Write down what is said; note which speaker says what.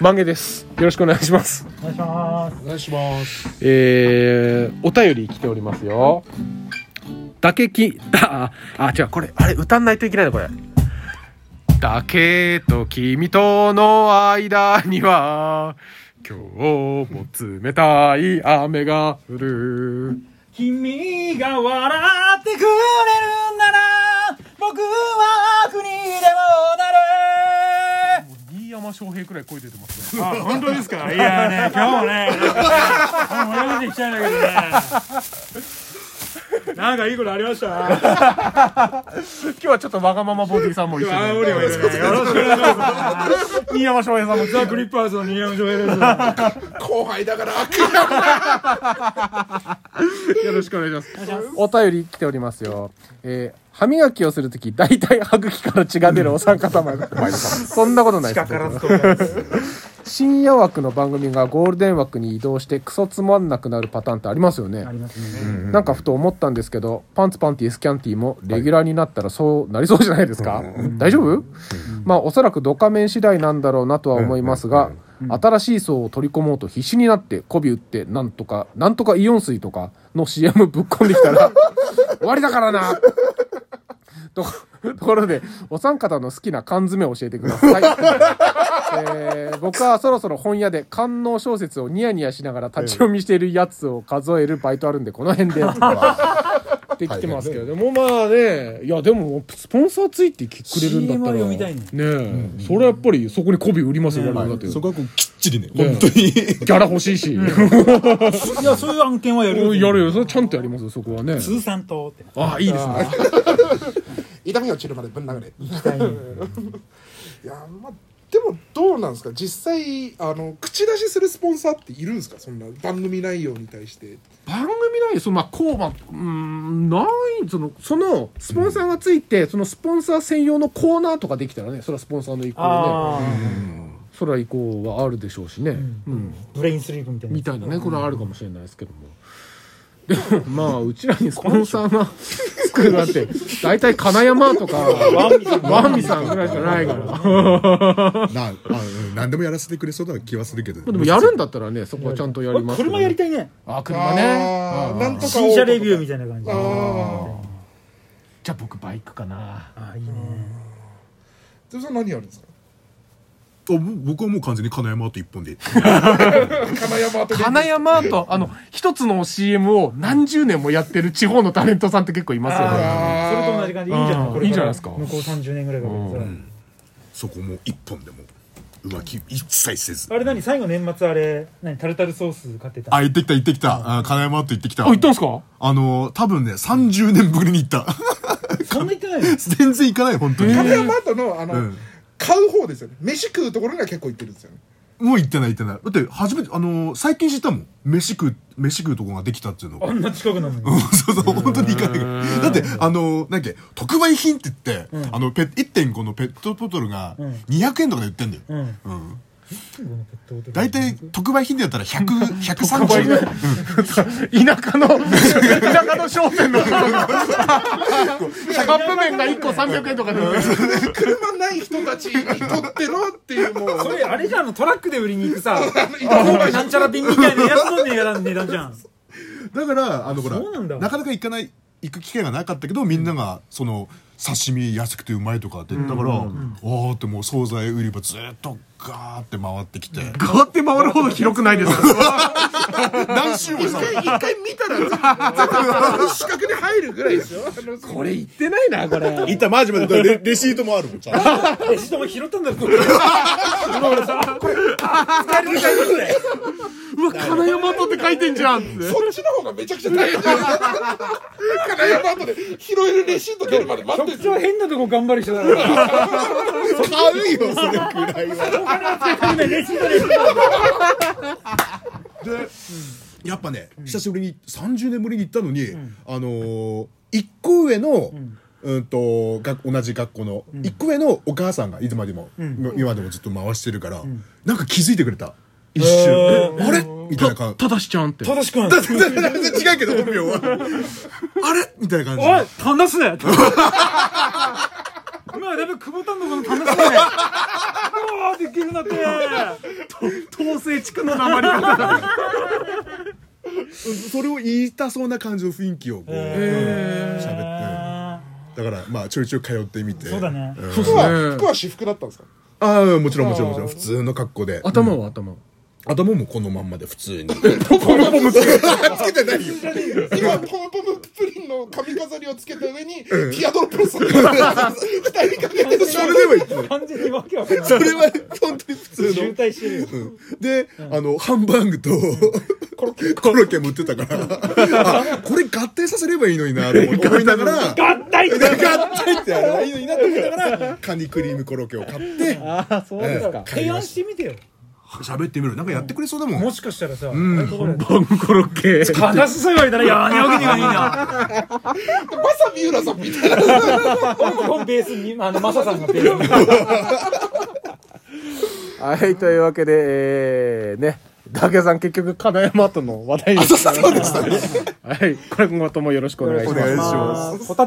Speaker 1: 満月ですよろしくお願いします
Speaker 2: お願いします
Speaker 3: お願いします
Speaker 1: えー、お便り来ておりますよだけきだあ違うこれあれ歌んないといけないのこれだけと君との間には今日も冷たい雨が降る
Speaker 2: 君が笑ってくれるなら僕は悪にでも
Speaker 1: 新山翔平くらい声出てますね
Speaker 2: なるあ本当ですかいや ね今日もね俺まで来ちゃうんだけどねなんかいいことありました
Speaker 1: 今日はちょっとわがままボディさんも一緒
Speaker 2: あ
Speaker 1: に
Speaker 2: おりもいるねよろしくお願いします
Speaker 1: 新山翔平さんも
Speaker 2: ザ・クリッパーズの新山翔平です
Speaker 3: 後輩だから
Speaker 1: よろしくお願いします。お便り来ておりますよ。えー歯磨きをするとき、大体歯茎から血が出るお三方前。そんなことないです。
Speaker 2: らずとか
Speaker 1: 深夜枠の番組がゴールデン枠に移動してクソつまんなくなるパターンってありますよね
Speaker 2: あ。りますね
Speaker 1: なんかふと思ったんですけど、パンツパンティスキャンティもレギュラーになったらそうなりそうじゃないですか。大丈夫まあおそらくドカ面次第なんだろうなとは思いますが、新しい層を取り込もうと必死になって媚び打ってなんとか、なんとかイオン水とかの CM ぶっ込んできたら、終わりだからなとところで、お三方の好きな缶詰を教えてください。えー僕はそろそろ本屋で官能小説をニヤニヤしながら立ち読みしているやつを数えるバイトあるんで、この辺で。 ってきてますけど、でもまあね、いやでも、スポンサーついてきてくれるんだった
Speaker 2: CM
Speaker 1: ら。
Speaker 2: 読みたいね
Speaker 1: ねえ、それはやっぱりそこに媚び売りますよ、我々だって。
Speaker 3: そこはこうきっちりね
Speaker 1: ね
Speaker 3: 本当に
Speaker 1: ギャラ欲しいし。
Speaker 2: いやそういう案件はやるよ
Speaker 1: やるよ、それちゃんとやりますよ、そこはね。
Speaker 2: 通産党って
Speaker 1: ああ、いいですね。
Speaker 3: 痛みを散るまでぶん殴れいやまあでもどうなんですか実際あの口出しするスポンサーっているんですかそんな番組内容に対して
Speaker 1: 番組内そのまあコーマうんないそのそのスポンサーがついて、そのスポンサー専用のコーナーとかできたらねそれはスポンサーの意向でね
Speaker 2: ああ
Speaker 1: それは意向はあるでしょうしね、うん
Speaker 2: ブレインスリープみたいな
Speaker 1: みたいなねこれはあるかもしれないですけども。でもまあうちらにスポンサーがつくなんて大体金山とかワンミさんぐらいしかないから
Speaker 4: なあうん何でもやらせてくれそうな気はするけど
Speaker 1: でもやるんだったらねそこはちゃんとやりますけど
Speaker 2: 車やりたいね
Speaker 1: あ車ね
Speaker 3: あーなんとか
Speaker 2: 新車レビューみたいな感じ
Speaker 3: あ
Speaker 1: じゃあ僕バイクかな
Speaker 2: ああいいね
Speaker 3: ーでそれ何やるんですか
Speaker 4: 僕はもう完全に金山アート一本で
Speaker 3: 金山と
Speaker 1: 金山と、あの、一つの CM を何十年もやってる地方のタレントさんって結構いますよね。
Speaker 2: ああそれと同じ感じいいんじゃな
Speaker 1: あ
Speaker 2: い
Speaker 1: ー
Speaker 2: これ
Speaker 1: いいんじゃないですか
Speaker 2: 向こう30年ぐらいかけて
Speaker 4: そこも一本でも浮気一切せず
Speaker 2: さあれ何最後年末あれ何タルタルソース買ってた
Speaker 4: あ行ってきた行ってきたあ金山アート行ってきた
Speaker 1: あ、行ったんすか
Speaker 4: あの多分ね30年ぶりに行った
Speaker 2: そんな言ってないの
Speaker 4: 全然行かない本当に
Speaker 3: 金山とのあの、
Speaker 4: うん
Speaker 3: 買う方ですよね飯食うところには結構行ってるんですよね
Speaker 4: もう行ってない行ってないだって初めてあの最近知ったもん飯食う飯食うとこができたっていうの
Speaker 2: あんな近くなのに
Speaker 4: そうそう、本当にいかないから。だって、あの、なんだっけ、特売品って言って、あの、ペ1.5のペットボトルが
Speaker 2: ん
Speaker 4: 200円とかで売ってんだよ。
Speaker 2: うん
Speaker 4: うん。
Speaker 2: だ
Speaker 4: 大体、特売品でやったら100、130円。
Speaker 1: 田舎の、田舎の商店の。カップ麺が1個300円とかで売ってる。
Speaker 3: 車ない人たちにとってのっていうもう
Speaker 2: それあれじゃんあのトラックで売りに行 くさなんちゃら瓶みたいなやつの値段値段じゃ ん
Speaker 4: だから、あの、ほら
Speaker 2: そうなんだ、
Speaker 4: なかなか行かない、行く機会がなかったけど、みんなが、その、刺身安くてうまいとかって言ったから、おーってもう惣菜売り場ずっとガーって回ってきて、
Speaker 1: 変わって回るほど広くないですか
Speaker 4: 何周も したの
Speaker 3: 一回一回見たら絶対資格で入るぐらいですよあの
Speaker 1: これ行ってないな、これ。
Speaker 4: 行ったマジまでレレシートもあるもん ちゃんと
Speaker 2: えしとも拾ったんだろこれ俺さこれ二人で買い物だよ
Speaker 1: うわ、金山とって書いてんじゃんって。
Speaker 3: そっちの方がめちゃくちゃ大変じゃないですか金山後で拾えるレシート出るまで待ってるんですよ
Speaker 2: 超変なとこ頑張る人だから
Speaker 4: 軽いよそれくらいはで、やっぱね、久しぶりに30年ぶりに行ったのに、あのー、一個上の、うんとが同じ学校の、一個上のお母さんがいつまでも、今でもずっと回してるから、なんか気づいてくれた一瞬「えあれ?」みたいな感じ
Speaker 1: ただしちゃんって。
Speaker 2: ただしくん
Speaker 4: 全然違うけど本名はあれみたいな感じ
Speaker 2: おい 棚すね今はだいぶ久保田のこの棚すねおーできるなって
Speaker 5: 統制地区のなまり方だ
Speaker 4: それを言いたそうな感じの雰囲気をこう、うん喋って
Speaker 2: あ
Speaker 4: だからまあちょいちょい通ってみて
Speaker 2: ーそうだね
Speaker 4: うん
Speaker 3: 服は服は私服だったんですか
Speaker 4: ああもちろんもちろんもちろん普通の格好で
Speaker 1: 頭は頭。
Speaker 4: 頭もこのまんまで普通 にこのポムつけてないよ
Speaker 3: 今ポムポムプリンの髪飾りをつけた上にティアドロップロス二人 かけて
Speaker 4: それではいい
Speaker 2: 完全にわけわかんない
Speaker 4: それは本当に普通
Speaker 2: 渋
Speaker 4: の
Speaker 2: 滞してるよ
Speaker 4: で、あのハンバーグとコロッケも売ってたからあこれ合体させればいいのになと思いながら
Speaker 2: 合体
Speaker 4: 合体ってあればいいのになと思いながらカニクリームコロッケを買って
Speaker 2: ああそうですか
Speaker 4: ええ
Speaker 2: 提案してみてよ
Speaker 4: 喋ってみるなんかやってくれそうだもん
Speaker 2: もしかしたらさバ
Speaker 5: バンコロッケ
Speaker 2: カナスがいたらやにわけにはいいな
Speaker 3: まさ三浦さんみたいな
Speaker 2: このベースにあのマサさんがベース
Speaker 1: はい、というわけで、えー、ね、ダケさん結局、金山との話題でしたね。はい、これ今後ともよろしくお願いします。
Speaker 4: お願いします
Speaker 2: にホタテ